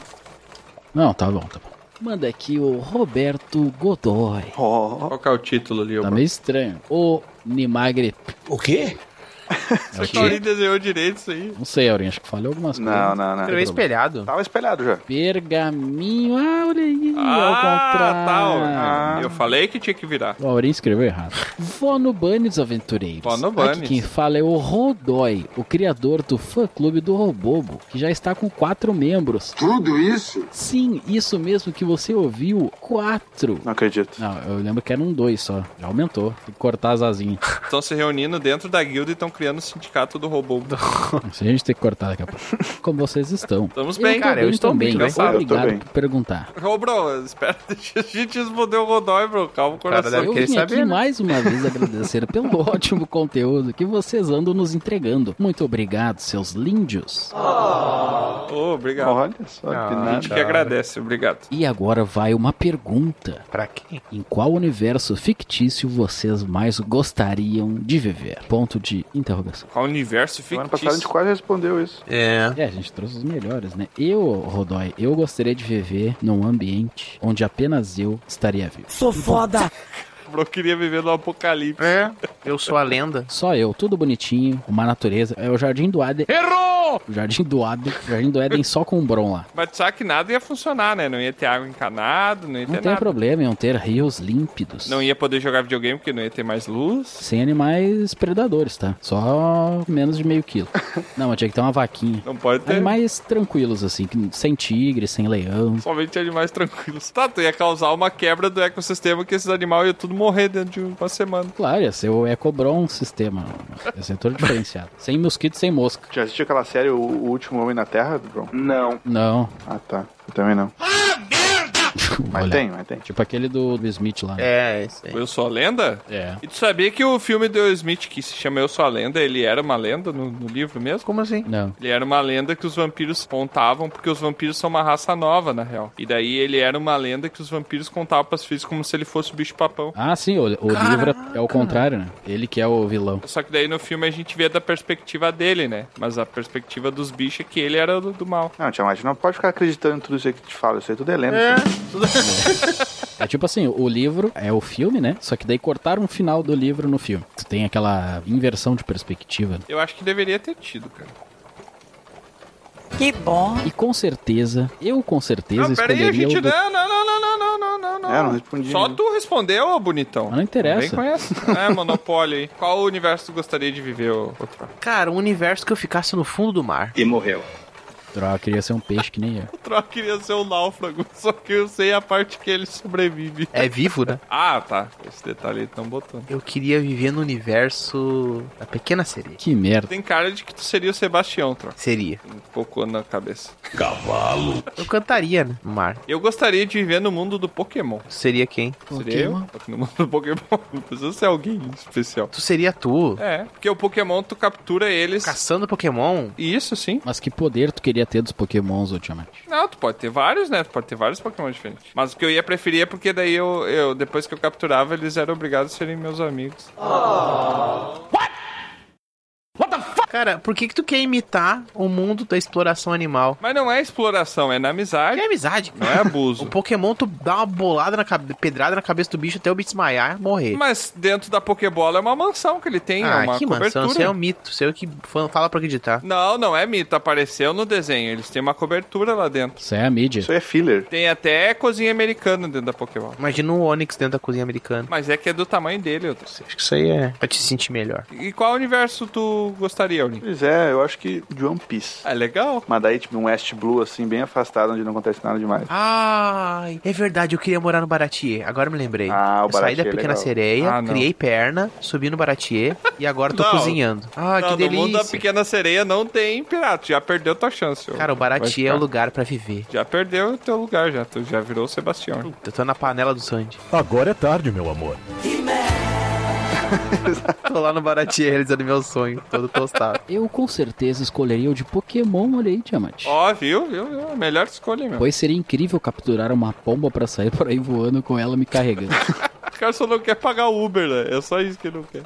Speaker 3: Não, tá bom, tá bom. Manda aqui o Roberto Godoy.
Speaker 4: Ó,
Speaker 2: Qual que é o título ali, ô
Speaker 3: Tá
Speaker 2: Bron?
Speaker 3: meio estranho. O Nimagre.
Speaker 10: O quê?
Speaker 3: É o
Speaker 2: O Aurinho
Speaker 3: quê?
Speaker 2: desenhou direito isso aí.
Speaker 3: Não sei, Aurinho, acho que falhou algumas
Speaker 4: Não,
Speaker 3: coisas.
Speaker 4: não, não.
Speaker 1: Escreveu é espelhado.
Speaker 4: Tava espelhado já.
Speaker 3: Pergaminho, ah, olha aí,
Speaker 2: Ah,
Speaker 3: ao contrário.
Speaker 2: tá,
Speaker 3: Ah.
Speaker 2: Aurinho. Eu falei que tinha que virar.
Speaker 3: O Aurinho escreveu errado. Vó no Bunny dos Aventureiros.
Speaker 2: Vó no Bunny.
Speaker 3: Aqui quem fala é o Rodói, o criador do fã-clube do Robobo, que já está com quatro membros.
Speaker 9: Tudo isso?
Speaker 3: Sim, isso mesmo que você ouviu, quatro.
Speaker 4: Não acredito.
Speaker 3: Não, eu lembro que eram dois só. Já aumentou. Tem que cortar as asinhas.
Speaker 2: Estão se reunindo dentro da guilda e estão criando o sindicato do robô.
Speaker 3: Isso a gente tem que cortar daqui a pouco. Como vocês estão?
Speaker 2: Estamos bem,
Speaker 1: cara, eu estou
Speaker 3: também.
Speaker 1: muito bem,
Speaker 4: sabe? Eu tô
Speaker 3: Obrigado
Speaker 4: bem.
Speaker 3: por perguntar.
Speaker 2: Ô, bro, espera, deixa a gente responder o Rodói, bro. Calma o coração.
Speaker 1: deve
Speaker 3: Eu
Speaker 1: querer
Speaker 3: vim
Speaker 1: saber, né?
Speaker 3: aqui mais uma vez agradecer pelo ótimo conteúdo que vocês andam nos entregando. Muito obrigado, seus lindos.
Speaker 2: Ô, obrigado.
Speaker 4: Olha só que
Speaker 1: Ah,
Speaker 2: a
Speaker 4: nada.
Speaker 2: gente
Speaker 1: da
Speaker 2: que
Speaker 1: hora.
Speaker 2: agradece, obrigado.
Speaker 3: E agora vai uma pergunta.
Speaker 1: Pra quem?
Speaker 3: Em qual universo fictício vocês mais gostariam de viver? Ponto de interrogação.
Speaker 2: Qual universo
Speaker 4: Semana passada a gente
Speaker 2: fictício?
Speaker 4: quase respondeu isso.
Speaker 1: É.
Speaker 3: É, a gente trouxe os melhores, né? Eu, Rodói, eu gostaria de viver num ambiente onde apenas eu estaria vivo.
Speaker 10: Sou foda!
Speaker 2: Bro, queria viver no apocalipse.
Speaker 4: É.
Speaker 1: É. Eu sou a lenda.
Speaker 3: Só eu, tudo bonitinho, uma natureza. É o Jardim do Éden. Errou! O Jardim do Éden. O Jardim do Éden só com o Bron lá.
Speaker 2: Mas tu sabe que nada ia funcionar, né? Não ia ter água encanada, não ia
Speaker 3: Não
Speaker 2: ter
Speaker 3: tem
Speaker 2: É nada.
Speaker 3: problema em ter rios límpidos.
Speaker 2: Não ia poder jogar videogame porque não ia ter mais luz.
Speaker 3: Sem animais predadores, tá? Só menos de meio quilo. Não, mas tinha que ter uma vaquinha.
Speaker 2: Não pode ter.
Speaker 3: Animais tranquilos, assim, que- sem tigre, sem leão.
Speaker 2: Somente animais tranquilos. Tá, tu ia causar uma quebra do ecossistema que esses animais iam tudo morrer dentro de uma semana.
Speaker 3: Claro, ia ser o Ecobron sistema. Ia ser todo diferenciado. sem mosquito, sem mosca.
Speaker 4: Já assistiu aquela série O, o Último Homem na Terra, Bruno?
Speaker 3: Não.
Speaker 4: Ah, tá. Eu também não. Mas
Speaker 3: Olha,
Speaker 4: tem, mas tem.
Speaker 3: Tipo aquele do, do Smith lá. né?
Speaker 1: É, isso aí.
Speaker 2: Eu sou a lenda?
Speaker 3: É.
Speaker 2: E tu sabia que o filme do Smith, que se chama Eu Sou a Lenda, ele era uma lenda no, no livro mesmo?
Speaker 1: Como assim?
Speaker 3: Não.
Speaker 2: Ele era uma lenda que os vampiros contavam, porque os vampiros são uma raça nova, na real. E daí ele era uma lenda que os vampiros contavam pras filhas como se ele fosse o bicho-papão.
Speaker 3: Ah, sim, o, o livro é- é o contrário, né? Ele que é o vilão.
Speaker 2: Só que daí no filme a gente vê da perspectiva dele, né? Mas a perspectiva dos bichos é que ele era do, do mal.
Speaker 4: Não, Tiamat, não pode ficar acreditando em tudo isso aí que te fala. Isso aí tudo é lenda. assim.
Speaker 3: É tipo assim, o livro é o filme, né? Só que daí cortaram o final do livro no filme. Tu tem aquela inversão de perspectiva.
Speaker 2: Eu acho que deveria ter tido, cara.
Speaker 10: Que bom!
Speaker 3: E com certeza, eu com certeza
Speaker 2: não, peraí, a
Speaker 3: escolheria
Speaker 2: gente.
Speaker 3: o do...
Speaker 2: Não, não, não, não, não, não, não, não.
Speaker 4: É, eu não respondi
Speaker 2: Só
Speaker 4: ainda.
Speaker 2: tu respondeu, ô bonitão.
Speaker 3: Mas Ah, não interessa.
Speaker 2: Nem conhece. É, monopólio aí. Qual universo tu gostaria de viver, ô ô Troá?
Speaker 1: Cara, um universo que eu ficasse no fundo do mar.
Speaker 3: Droga, eu queria ser um peixe que nem eu.
Speaker 2: O Troá queria ser um náufrago, só que eu sei a parte que ele sobrevive.
Speaker 1: É vivo, né?
Speaker 2: Ah, tá. Esse detalhe aí tão botando.
Speaker 1: Eu queria viver no universo da pequena sereia.
Speaker 3: Que merda.
Speaker 2: Tem cara de que tu seria o Sebastião, Troá.
Speaker 1: Seria.
Speaker 2: Um cocô na cabeça.
Speaker 1: Eu cantaria, né? No mar.
Speaker 2: Eu gostaria de viver no mundo do Pokémon.
Speaker 1: Seria quem?
Speaker 2: Seria eu? Só que No mundo do Pokémon. Não precisa ser alguém especial.
Speaker 1: Tu seria tu.
Speaker 2: É, porque o Pokémon tu captura eles.
Speaker 1: Caçando Pokémon.
Speaker 2: Isso sim.
Speaker 3: Mas que poder tu queria ter dos pokémons, ô Tiamat?
Speaker 2: Não, tu pode ter vários, né? Tu pode ter vários Pokémon diferentes. Mas o que eu ia preferir é porque daí eu, eu depois que eu capturava, eles eram obrigados a serem meus amigos.
Speaker 1: Cara, por que que tu quer imitar o mundo da exploração animal?
Speaker 2: Mas não é exploração, é na amizade,
Speaker 1: Que amizade, cara.
Speaker 2: não é
Speaker 1: O
Speaker 2: abuso.
Speaker 1: Pokémon, tu dá uma bolada na cabe- pedrada na cabeça do bicho até o bicho desmaiar e morrer.
Speaker 2: Mas dentro da Pokébola é uma mansão que ele tem, é
Speaker 1: ah,
Speaker 2: uma
Speaker 1: que
Speaker 2: cobertura.
Speaker 1: mansão, você é um mito, você é o que fã- fala pra acreditar.
Speaker 2: Não, não é mito, apareceu no desenho. Eles têm uma cobertura lá dentro.
Speaker 3: Isso é a mídia.
Speaker 4: Isso aí é filler.
Speaker 2: Tem até cozinha americana dentro da Pokébola.
Speaker 1: Imagina um Onix dentro da cozinha americana.
Speaker 2: Mas é que é do tamanho dele, eu
Speaker 1: Acho que isso aí é pra te sentir melhor.
Speaker 2: E qual universo tu gostaria, Aurinho?
Speaker 4: Pois é, eu acho que de One Piece.
Speaker 2: É legal.
Speaker 4: Mas daí, tipo, um West Blue, assim, bem afastado, onde não acontece nada demais.
Speaker 1: Ai, é verdade, eu queria morar no Baratier. Agora eu me lembrei.
Speaker 4: Ah, o
Speaker 1: eu saí
Speaker 4: Baratier
Speaker 1: da
Speaker 4: é
Speaker 1: Pequena
Speaker 4: legal.
Speaker 1: Sereia,
Speaker 2: Ah, não.
Speaker 1: criei perna, subi no Baratier e agora tô
Speaker 2: Não.
Speaker 1: cozinhando. Ah,
Speaker 2: não,
Speaker 1: que
Speaker 2: no mundo da
Speaker 1: delícia.
Speaker 2: Pequena Sereia não tem pirata. Já perdeu tua chance. ô.
Speaker 1: Cara, o
Speaker 2: Vai
Speaker 1: Baratier é
Speaker 2: ficar.
Speaker 1: o lugar pra viver.
Speaker 2: Já perdeu o teu lugar, já. Tu já virou o Sebastião.
Speaker 1: Eu tô na panela do Sandy.
Speaker 11: Agora é tarde, meu amor.
Speaker 1: Tô lá no Baratier realizando meu sonho, todo tostado.
Speaker 3: Eu com certeza escolheria o de Pokémon, olha aí, Tiamat.
Speaker 2: Ó, viu, viu, viu? A Melhor escolha, meu.
Speaker 3: Pois seria incrível capturar uma pomba pra sair por aí voando com ela me carregando.
Speaker 2: cara só não quer pagar o Uber, né? É só isso que ele não quer.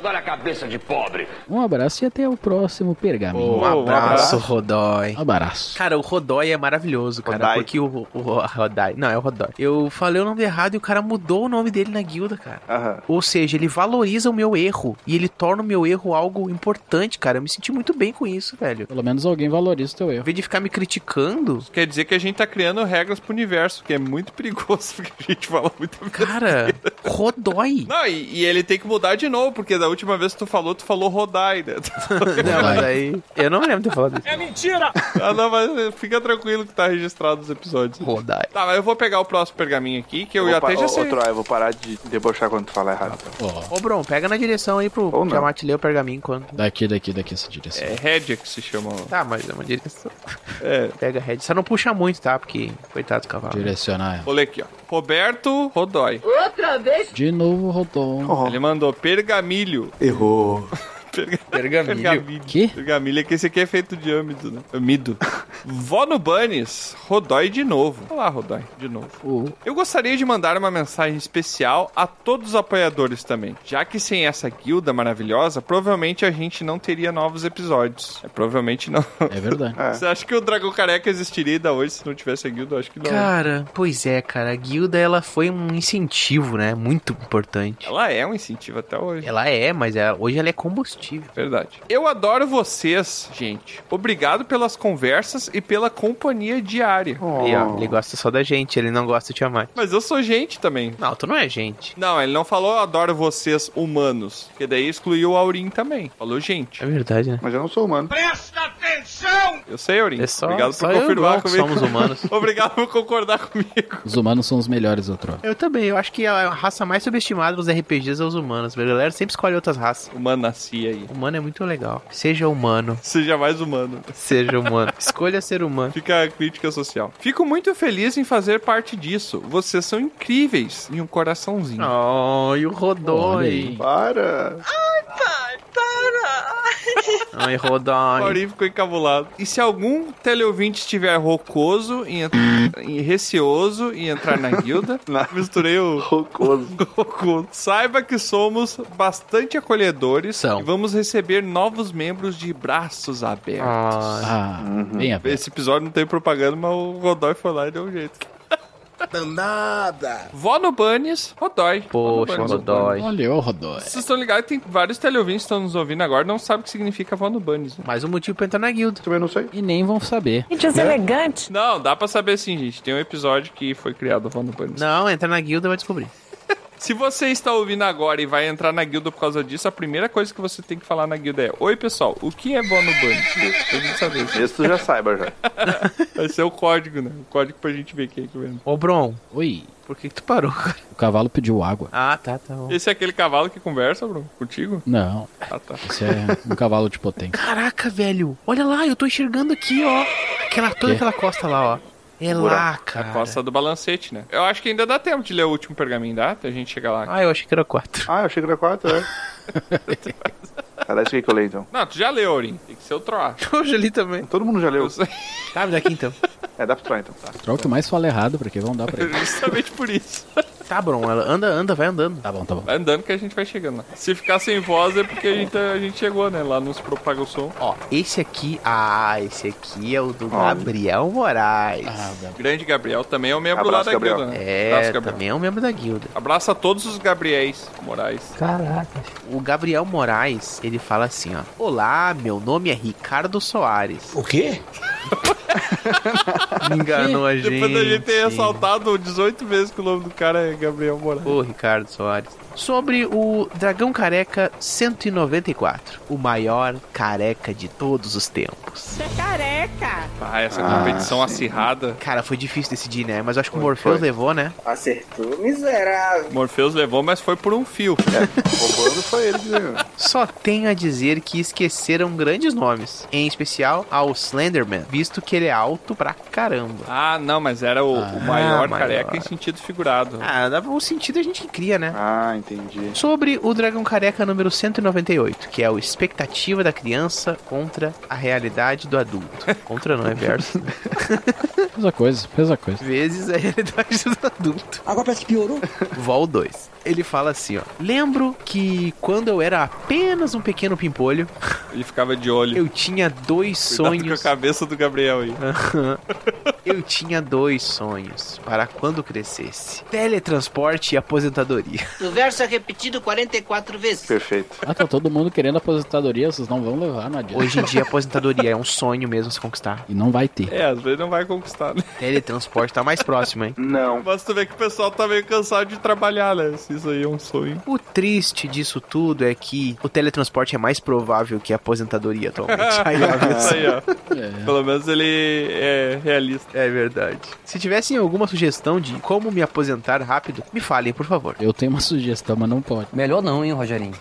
Speaker 3: Um abraço e até o próximo pergaminho.
Speaker 1: Um
Speaker 2: Boa, um
Speaker 1: abraço,
Speaker 2: abraço.
Speaker 1: Rodói.
Speaker 3: Um abraço.
Speaker 1: Cara, o Rodói é maravilhoso, cara.
Speaker 4: Rodai.
Speaker 1: Porque o, o, o Rodai. Não, é o Rodói. Eu falei o nome errado e o cara mudou o nome dele na guilda, cara.
Speaker 4: Aham.
Speaker 1: Ou seja, ele valoriza o meu erro e ele torna o meu erro algo importante, cara. Eu me senti muito bem com isso, velho.
Speaker 3: Pelo menos alguém valoriza o teu
Speaker 1: Em
Speaker 3: erro.
Speaker 1: vez de ficar me criticando,
Speaker 2: Quer dizer que a gente tá criando regras pro universo, que é muito perigoso, porque a gente fala muita merda.
Speaker 1: cara, Rodói.
Speaker 2: Não, e, e ele tem que mudar de novo, porque da última vez que tu falou, tu falou rodai, né?
Speaker 1: Não, mas aí. Eu não me lembro de ter falado isso.
Speaker 2: ah, não, mas fica tranquilo que tá registrado os episódios.
Speaker 1: Rodai.
Speaker 2: Tá, mas eu vou pegar o próximo pergaminho aqui, que eu
Speaker 4: Vou pa-
Speaker 2: até já
Speaker 4: ô,
Speaker 2: sei.
Speaker 4: ô, Troy, eu vou parar de debochar quando tu falar errado.
Speaker 3: Ó,
Speaker 1: Ô, Bron, pega na direção aí pro
Speaker 4: Ou não.
Speaker 1: Tiamat ler o pergaminho enquanto.
Speaker 3: daqui, daqui, daqui essa direção.
Speaker 2: É Redia que se chama. ó.
Speaker 1: Tá, mas é uma direção.
Speaker 2: É.
Speaker 1: Pega a head. Só não puxa muito, tá? Porque, coitado do cavalo.
Speaker 3: Direcionar.
Speaker 2: Vou ler aqui, ó. Roberto Rodói.
Speaker 8: Outra vez.
Speaker 3: De novo, Rodon.
Speaker 4: Oh,
Speaker 2: Ele mandou pergamilho.
Speaker 4: errou.
Speaker 2: Pergamilho.
Speaker 3: Quê?
Speaker 2: Pergamilho é que esse aqui é feito de âmido, né? Amido. Vó no Banes, Rodói de novo. Olá, Rodói, de novo.
Speaker 3: Ô,
Speaker 2: Eu gostaria de mandar uma mensagem especial a todos os apoiadores também, já que sem essa guilda maravilhosa, provavelmente a gente não teria novos episódios. É, provavelmente não.
Speaker 3: É verdade.
Speaker 4: É.
Speaker 2: Você acha que o Dragão Careca existiria ainda hoje se não tivesse a guilda? Eu Acho que não.
Speaker 1: Cara, pois é, cara. A guilda, ela foi um incentivo, né? Muito importante.
Speaker 2: Ela é um incentivo até hoje.
Speaker 1: Ela é, mas ela- hoje ela é combustível.
Speaker 2: Verdade. Eu adoro vocês, gente. Obrigado pelas conversas e pela companhia diária.
Speaker 1: Aí, ó,
Speaker 2: Oh.
Speaker 1: ele gosta só da gente, ele não gosta de Tiamat.
Speaker 2: Mas eu sou gente também.
Speaker 1: Não, tu não é gente.
Speaker 2: Não, ele não falou eu adoro vocês humanos, que daí excluiu o Aurim também. Falou
Speaker 1: É
Speaker 2: gente.
Speaker 1: verdade, né?
Speaker 4: Mas eu não sou humano.
Speaker 9: Presta atenção!
Speaker 2: Eu sei, Aurim.
Speaker 1: É só,
Speaker 2: Obrigado
Speaker 1: só
Speaker 2: por
Speaker 1: eu e o
Speaker 2: confirmar
Speaker 1: Glauco que
Speaker 2: comigo.
Speaker 1: somos humanos.
Speaker 2: Obrigado por concordar comigo.
Speaker 3: Os humanos são os melhores, outro.
Speaker 1: Eu também, eu acho que a raça mais subestimada dos RPGs é os humanos. A galera sempre escolhe outras raças.
Speaker 2: Humanacia aí.
Speaker 1: Humano é muito legal. Seja humano.
Speaker 2: Seja mais humano.
Speaker 1: Seja humano. Escolha ser humano.
Speaker 2: Fica a crítica social. Fico muito feliz em fazer parte disso. Vocês são incríveis. E um coraçãozinho.
Speaker 1: Oh, e o
Speaker 3: Olha
Speaker 1: Rodói.
Speaker 3: aí.
Speaker 4: Para!
Speaker 1: Ai,
Speaker 2: O
Speaker 1: Rodói.
Speaker 2: Aurim ficou encabulado. E se algum teleouvinte estiver rocoso e, en- e receoso em entrar na guilda,
Speaker 4: Não.
Speaker 2: misturei o
Speaker 4: Rocoso.
Speaker 2: rocoso. Saiba que somos bastante acolhedores
Speaker 1: São.
Speaker 2: e vamos receber novos membros de braços abertos.
Speaker 1: Ai.
Speaker 3: Ah, bem a ver.
Speaker 2: Esse episódio não tem propaganda, mas o Rodói foi lá e deu um jeito. Danada! Vó no Bunnies, Rodói.
Speaker 1: Poxa,
Speaker 2: Vó no Bunnies.
Speaker 1: Rodói.
Speaker 3: Olha o Rodói.
Speaker 2: Vocês estão ligados, que tem vários teleouvintes que estão nos ouvindo agora não sabem o que significa Vó no Bunnies. né?
Speaker 1: Mais um motivo pra entrar na guilda.
Speaker 4: Também não sei.
Speaker 3: E nem vão saber.
Speaker 10: Gente, os elegantes.
Speaker 2: Não, dá pra saber sim, gente. Tem um episódio que foi criado Vó no Bunnies.
Speaker 1: Não, entra na guilda e vai descobrir.
Speaker 2: Se você está ouvindo agora e vai entrar na guilda por causa disso, a primeira coisa que você tem que falar na guilda é Oi, pessoal, o que é Vó no Bunnies? Eu não saber.
Speaker 4: Esse tu já saiba já.
Speaker 2: Esse é o código, né? O código pra gente ver quem é que vem.
Speaker 1: Ô, Bron,
Speaker 3: Oi.
Speaker 1: por que, que tu parou?
Speaker 3: O cavalo pediu água.
Speaker 1: Ah, tá, tá bom.
Speaker 2: Esse é aquele cavalo que conversa, Bruno? Contigo?
Speaker 3: Não,
Speaker 2: Ah, tá.
Speaker 3: esse é um cavalo de potência.
Speaker 1: Caraca, velho. Olha lá, eu tô enxergando aqui, ó. Aquela, toda
Speaker 3: Quê?
Speaker 1: aquela costa lá, ó. É lá, cara.
Speaker 2: Costa do balancete, né? Eu acho que ainda dá tempo de ler o último pergaminho, dá? Até a gente chegar lá.
Speaker 1: Ah, eu achei que era quatro.
Speaker 4: Ah, eu achei que era 4, é. Era isso aí que eu leio então.
Speaker 2: Não, tu já leu, Aurim. Tem que ser o Troá.
Speaker 1: Hoje ali também.
Speaker 4: Todo mundo já leu.
Speaker 2: Eu sei. Tá.
Speaker 1: Tá, me dá aqui então.
Speaker 4: É, dá pro Troy então.
Speaker 3: Troca que mais fala errado, porque vão dar pra ele.
Speaker 2: é Justamente por isso.
Speaker 1: Tá, Bron, ela anda, anda, vai andando.
Speaker 3: Tá bom, tá bom.
Speaker 2: Vai andando que a gente vai chegando lá. Se ficar sem voz é porque a gente, a gente chegou, né? Lá nos propaga o som.
Speaker 1: Ó, esse aqui. Ah, esse aqui é o do Gabriel Moraes.
Speaker 3: Ah, dá-
Speaker 2: Grande Gabriel também é o membro
Speaker 4: Abraço,
Speaker 2: lá da
Speaker 4: Gabriel.
Speaker 2: guilda, né?
Speaker 1: é,
Speaker 2: Abraço, Gabriel.
Speaker 1: também é um membro da guilda.
Speaker 2: Abraço a todos os Gabriéis Moraes.
Speaker 1: Caraca. O Gabriel Moraes, ele fala assim, ó. Olá, meu nome é Ricardo Soares.
Speaker 9: O quê?
Speaker 1: Enganou a gente.
Speaker 2: Depois da gente ter ressaltado 18 vezes que o nome do cara é Gabriel Moraes.
Speaker 1: Ô, Ricardo Soares. Sobre o Dragão Careca 194, o maior careca de todos os tempos.
Speaker 6: é
Speaker 10: Careca.
Speaker 2: Ah, essa
Speaker 4: Ah,
Speaker 2: competição acirrada.
Speaker 1: Cara, foi difícil decidir, né? Mas eu acho que o Morpheus
Speaker 4: foi.
Speaker 1: levou, né?
Speaker 9: Acertou, miserável.
Speaker 2: Morpheus levou, mas foi por um fio.
Speaker 4: Roubando foi ele que ganhou.
Speaker 1: Só tenho a dizer que esqueceram grandes nomes, em especial ao Slenderman, visto que ele é alto pra caramba.
Speaker 2: Ah, não, mas era o, o
Speaker 1: Ah,
Speaker 2: maior
Speaker 1: maior.
Speaker 2: careca em sentido figurado.
Speaker 1: Ah, dá um sentido a gente que cria, né?
Speaker 4: Ah, entendi.
Speaker 1: Sobre o Dragão Careca número 198, que é o Expectativa da Criança contra a Realidade do Adulto. Contra não, é verso. né?
Speaker 3: Mesma coisa, mesma coisa.
Speaker 1: Vezes a realidade do adulto.
Speaker 10: Agora parece que piorou.
Speaker 1: Vol 2. Ele fala assim, ó. Lembro que quando eu era apenas um pequeno pimpolho,
Speaker 2: Ele ficava de olho.
Speaker 1: eu tinha dois
Speaker 2: Cuidado
Speaker 1: sonhos...
Speaker 2: com a cabeça do Gabriel aí.
Speaker 1: Eu tinha dois sonhos para quando crescesse: teletransporte e aposentadoria.
Speaker 10: O verso é repetido 44 vezes.
Speaker 4: Perfeito.
Speaker 3: Ah, tá todo mundo querendo aposentadoria, vocês não vão levar, não adianta.
Speaker 1: Hoje em dia, aposentadoria é um sonho mesmo se conquistar.
Speaker 3: E não vai ter.
Speaker 2: É, às vezes não vai conquistar, né?
Speaker 1: Teletransporte tá mais próximo, hein?
Speaker 4: Não.
Speaker 2: Mas tu vê que o pessoal tá meio cansado de trabalhar, né? Se isso aí é um sonho.
Speaker 1: O triste disso tudo é que o teletransporte é mais provável que a aposentadoria atualmente. Aí, ó.
Speaker 2: Isso aí, ó.
Speaker 3: É.
Speaker 2: Pelo menos ele é realista.
Speaker 1: É verdade. Se tivessem alguma sugestão de como me aposentar rápido, me falem, por favor.
Speaker 3: Eu tenho uma sugestão, mas não pode.
Speaker 11: Melhor não, hein, Rogerinho?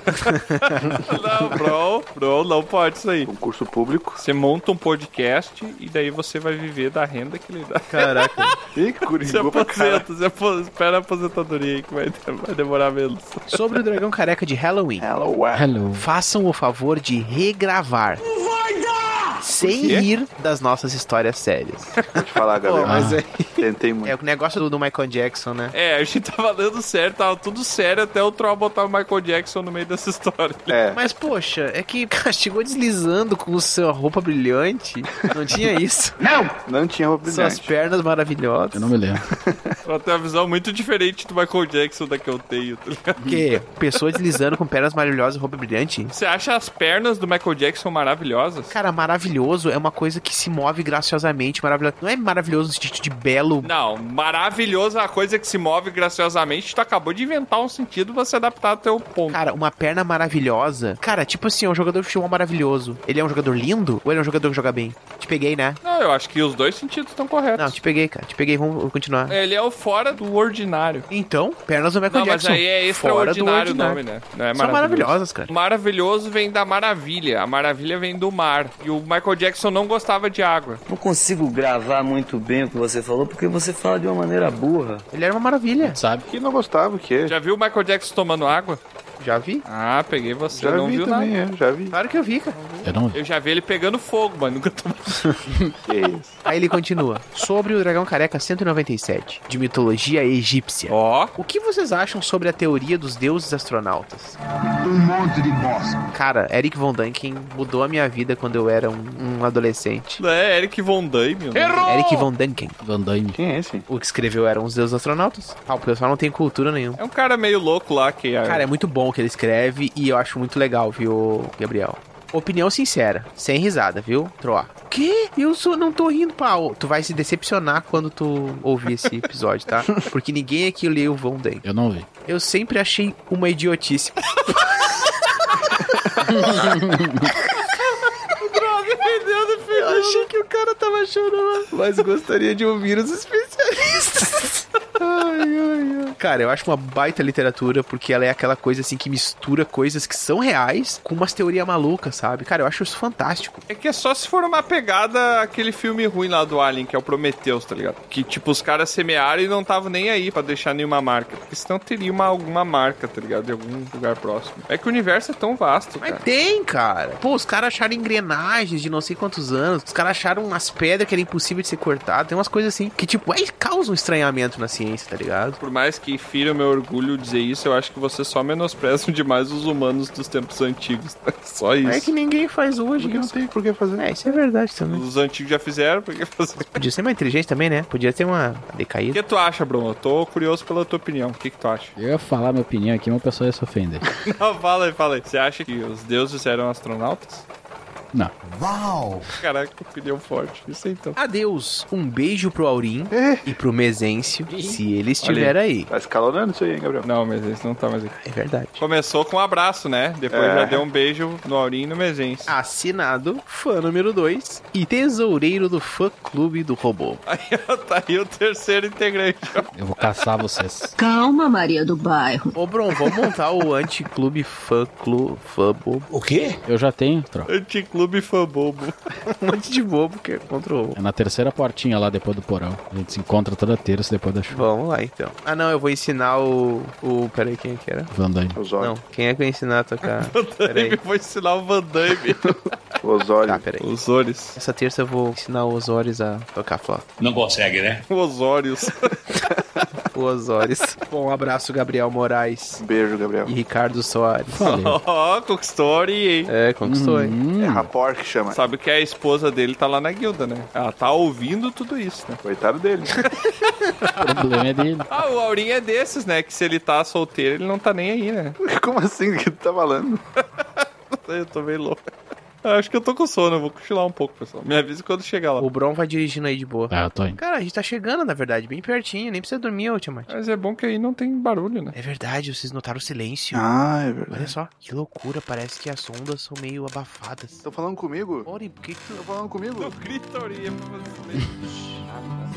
Speaker 2: Não, bro, bro, não pode isso aí.
Speaker 4: Concurso um público.
Speaker 2: Você monta um podcast e daí você vai viver da renda que ele dá.
Speaker 1: Caraca. é
Speaker 4: Ih,
Speaker 2: Você
Speaker 4: Coringou pra caralho.
Speaker 2: aposenta, você apo- espera a aposentadoria aí que vai, vai demorar menos.
Speaker 1: Sobre o dragão careca de Halloween.
Speaker 4: Hello, ué.
Speaker 3: Hello.
Speaker 1: Façam o favor de regravar. Não vai dar! Sem rir das nossas histórias sérias.
Speaker 4: Vou te falar, Gabriel.
Speaker 1: mas é-
Speaker 4: Tentei muito.
Speaker 1: É o negócio do, do Michael Jackson, né?
Speaker 2: É, a gente tava dando certo, tava tudo sério até o Troll botar o Michael Jackson no meio dessa história.
Speaker 4: É.
Speaker 1: Mas, poxa, é que cara, chegou deslizando com sua roupa brilhante. Não tinha isso.
Speaker 4: Não tinha roupa
Speaker 1: Suas
Speaker 4: brilhante.
Speaker 1: pernas maravilhosas.
Speaker 3: Eu não me lembro.
Speaker 2: Ela tem uma visão muito diferente do Michael Jackson da que eu tenho, tá ligado?
Speaker 1: Porque pessoa deslizando com pernas maravilhosas e roupa brilhante.
Speaker 2: Você acha as pernas do Michael Jackson maravilhosas?
Speaker 1: Cara, maravilhoso é uma coisa que se move graciosamente, maravilhoso. Não é maravilhoso no sentido de belo.
Speaker 2: Não, maravilhosa a coisa que se move graciosamente. Tu acabou de inventar um sentido pra se adaptar ao teu ponto.
Speaker 1: Cara, uma perna maravilhosa. Cara, tipo assim, é um jogador de futebol maravilhoso. Ele é um jogador lindo ou ele é um jogador que joga bem? Te peguei, né?
Speaker 2: Não, eu acho que os dois sentidos estão
Speaker 1: Não, tipo-
Speaker 2: corretos.
Speaker 1: te peguei, cara. Te peguei, vamos continuar.
Speaker 2: Ele é o fora do ordinário.
Speaker 1: Então, pernas do Michael
Speaker 2: Não, mas
Speaker 1: Jackson.
Speaker 2: aí é
Speaker 1: Fora do
Speaker 2: extraordinário o
Speaker 1: ordinário.
Speaker 2: nome, né? Não é
Speaker 1: São
Speaker 2: maravilhoso.
Speaker 1: maravilhosas, cara.
Speaker 2: Maravilhoso vem da maravilha. A maravilha vem do mar. E o Michael Jackson não gostava de água.
Speaker 11: Não consigo gravar muito bem o que você falou, porque você fala de uma maneira burra.
Speaker 1: Ele era uma maravilha.
Speaker 3: Sabe?
Speaker 4: Que não gostava, o quê?
Speaker 2: Já viu o Michael Jackson tomando água?
Speaker 1: Já vi?
Speaker 2: Ah, peguei você.
Speaker 4: Já
Speaker 2: não
Speaker 4: vi
Speaker 2: viu
Speaker 4: também,
Speaker 2: nada. Tá.
Speaker 4: é, já vi.
Speaker 1: Claro que eu vi, cara.
Speaker 3: Eu não vi.
Speaker 2: Eu já vi ele pegando fogo, mas nunca tomou.
Speaker 4: Que isso.
Speaker 1: Aí ele continua. Sobre o Dragão Careca 197, de mitologia egípcia.
Speaker 2: Ó,
Speaker 1: O que vocês acham sobre a teoria dos deuses astronautas?
Speaker 9: Um monte de bosta.
Speaker 1: Cara, Eric Von Duncan mudou a minha vida quando eu era um, um adolescente.
Speaker 2: é Eric Von Damme. Errou!
Speaker 1: Eric Von Duncan.
Speaker 3: Van Damme.
Speaker 4: Quem é esse?
Speaker 1: O que escreveu eram os deuses astronautas. Ah, o pessoal não tem cultura nenhuma.
Speaker 2: É um cara meio louco lá que...
Speaker 1: Cara, é muito bom o que ele escreve e eu acho muito legal, viu, Gabriel? Opinião sincera, sem risada, viu, Troá? Que? Eu sou, não tô rindo, pau. Tu vai se decepcionar quando tu ouvir esse episódio, tá? Porque ninguém aqui leu o Von Duncan.
Speaker 3: Eu não vi.
Speaker 1: Eu sempre achei uma idiotice. Eu achei que o cara tava né? chorando, mas gostaria de ouvir os especialistas. Ai, ai, ai. Cara, eu acho uma baita literatura porque ela é aquela coisa assim que mistura coisas que são reais com umas teorias malucas, sabe? Cara, eu acho isso fantástico.
Speaker 2: É que é só se for uma pegada aquele filme ruim lá do Alien, que é o Prometheus, tá ligado? Que, tipo, os caras semearam e não estavam nem aí pra deixar nenhuma marca. Porque senão teria uma, alguma marca, tá ligado? De algum lugar próximo. É que o universo é tão vasto,
Speaker 1: Mas
Speaker 2: cara.
Speaker 1: tem, cara. Tá. Pô, os caras acharam engrenagens de não sei quantos anos. Os caras acharam umas pedras que era impossível de ser cortada. Tem umas coisas assim que, tipo, é, causam estranhamento na ciência, tá ligado?
Speaker 2: Por mais que fira o meu orgulho dizer isso, eu acho que vocês só menosprezam demais os humanos dos tempos antigos. tá? Só
Speaker 1: É
Speaker 2: isso.
Speaker 1: que ninguém faz hoje.
Speaker 4: Porque não
Speaker 1: isso.
Speaker 4: tem por que fazer.
Speaker 1: É, isso é verdade também.
Speaker 2: Os antigos já fizeram, porque fazer. O
Speaker 1: Podia ser mais inteligente também, né? Podia ter uma decaída.
Speaker 2: que tu acha, Bruno? Eu tô curioso pela tua opinião. O que, que tu acha?
Speaker 3: Eu ia falar minha opinião aqui, mas o pessoal ia se ofender.
Speaker 2: Não, fala aí, fala aí. Você acha que os deuses eram astronautas?
Speaker 3: Não.
Speaker 2: Caraca, que opinião forte. Isso aí, então.
Speaker 1: Adeus. Um beijo pro Aurim e pro Mesêncio, se ele estiver
Speaker 2: Olha
Speaker 1: É. aí.
Speaker 4: Tá escalonando isso aí, hein, Gabriel?
Speaker 2: Não, mas esse não tá mais aqui.
Speaker 1: É verdade.
Speaker 2: Começou com um abraço, né? Depois
Speaker 4: É.
Speaker 2: já deu um beijo no Aurinho e no Mezense.
Speaker 1: Assinado, fã número 2 e tesoureiro do fã clube do robô.
Speaker 2: Aí ó, tá aí o terceiro integrante.
Speaker 3: Eu vou caçar vocês.
Speaker 10: Calma, Maria do Bairro.
Speaker 1: Ô, Bron, vamos montar o anticlube fã clube fã bo-
Speaker 3: Eu já tenho, troca.
Speaker 2: Anticlube Clube Fã Bobo.
Speaker 1: um monte de bobo que controlou.
Speaker 3: É na terceira portinha lá depois do porão. A gente se encontra toda terça depois da chuva.
Speaker 1: Vamos lá então. Ah não, eu vou ensinar o. o peraí, quem é que era?
Speaker 3: Van Damme.
Speaker 1: Não, quem é que eu ia ensinar a tocar?
Speaker 2: Ele
Speaker 1: peraí.
Speaker 2: foi ensinar o Van Damme.
Speaker 4: Osório.
Speaker 1: Tá, peraí.
Speaker 2: Os Ores.
Speaker 1: Essa terça eu vou ensinar o Osórios a tocar flauta.
Speaker 9: Não consegue, né?
Speaker 2: Os Órios.
Speaker 1: O Osórios. Bom, um abraço, Gabriel Moraes
Speaker 4: Um Beijo, Gabriel.
Speaker 1: e Ricardo Soares.
Speaker 2: É.
Speaker 3: Valeu.
Speaker 2: Ó, conquistou a Ori, hein?
Speaker 1: É, conquistou, hein?
Speaker 3: Hum,
Speaker 4: É rapor que chama.
Speaker 2: Sabe que a esposa dele tá lá na guilda, né? Ela tá ouvindo tudo isso, né?
Speaker 4: Coitado dele.
Speaker 3: o problema é dele.
Speaker 2: Ah, o Aurinho é desses, né? Que se ele tá solteiro, ele não tá nem aí, né?
Speaker 4: Como assim? O que tu tá falando?
Speaker 2: Eu tô meio louco. Acho que eu tô com sono, eu vou cochilar um pouco, pessoal. Me avise quando chegar lá.
Speaker 1: O Bron vai dirigindo aí de boa.
Speaker 3: Ah, eu tô indo.
Speaker 1: Cara, a gente tá chegando, na verdade, bem pertinho, nem precisa dormir, ô Tiamat.
Speaker 2: Mas é bom que aí não tem barulho, né?
Speaker 1: É verdade, vocês notaram o silêncio.
Speaker 4: Ah, é
Speaker 1: Olha
Speaker 4: verdade.
Speaker 1: só, que loucura, parece que as ondas são meio abafadas.
Speaker 4: Estão falando comigo?
Speaker 1: Ori, por que que tu...
Speaker 4: Estão falando comigo?
Speaker 2: Não grita, Aurinho, é pra fazer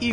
Speaker 12: E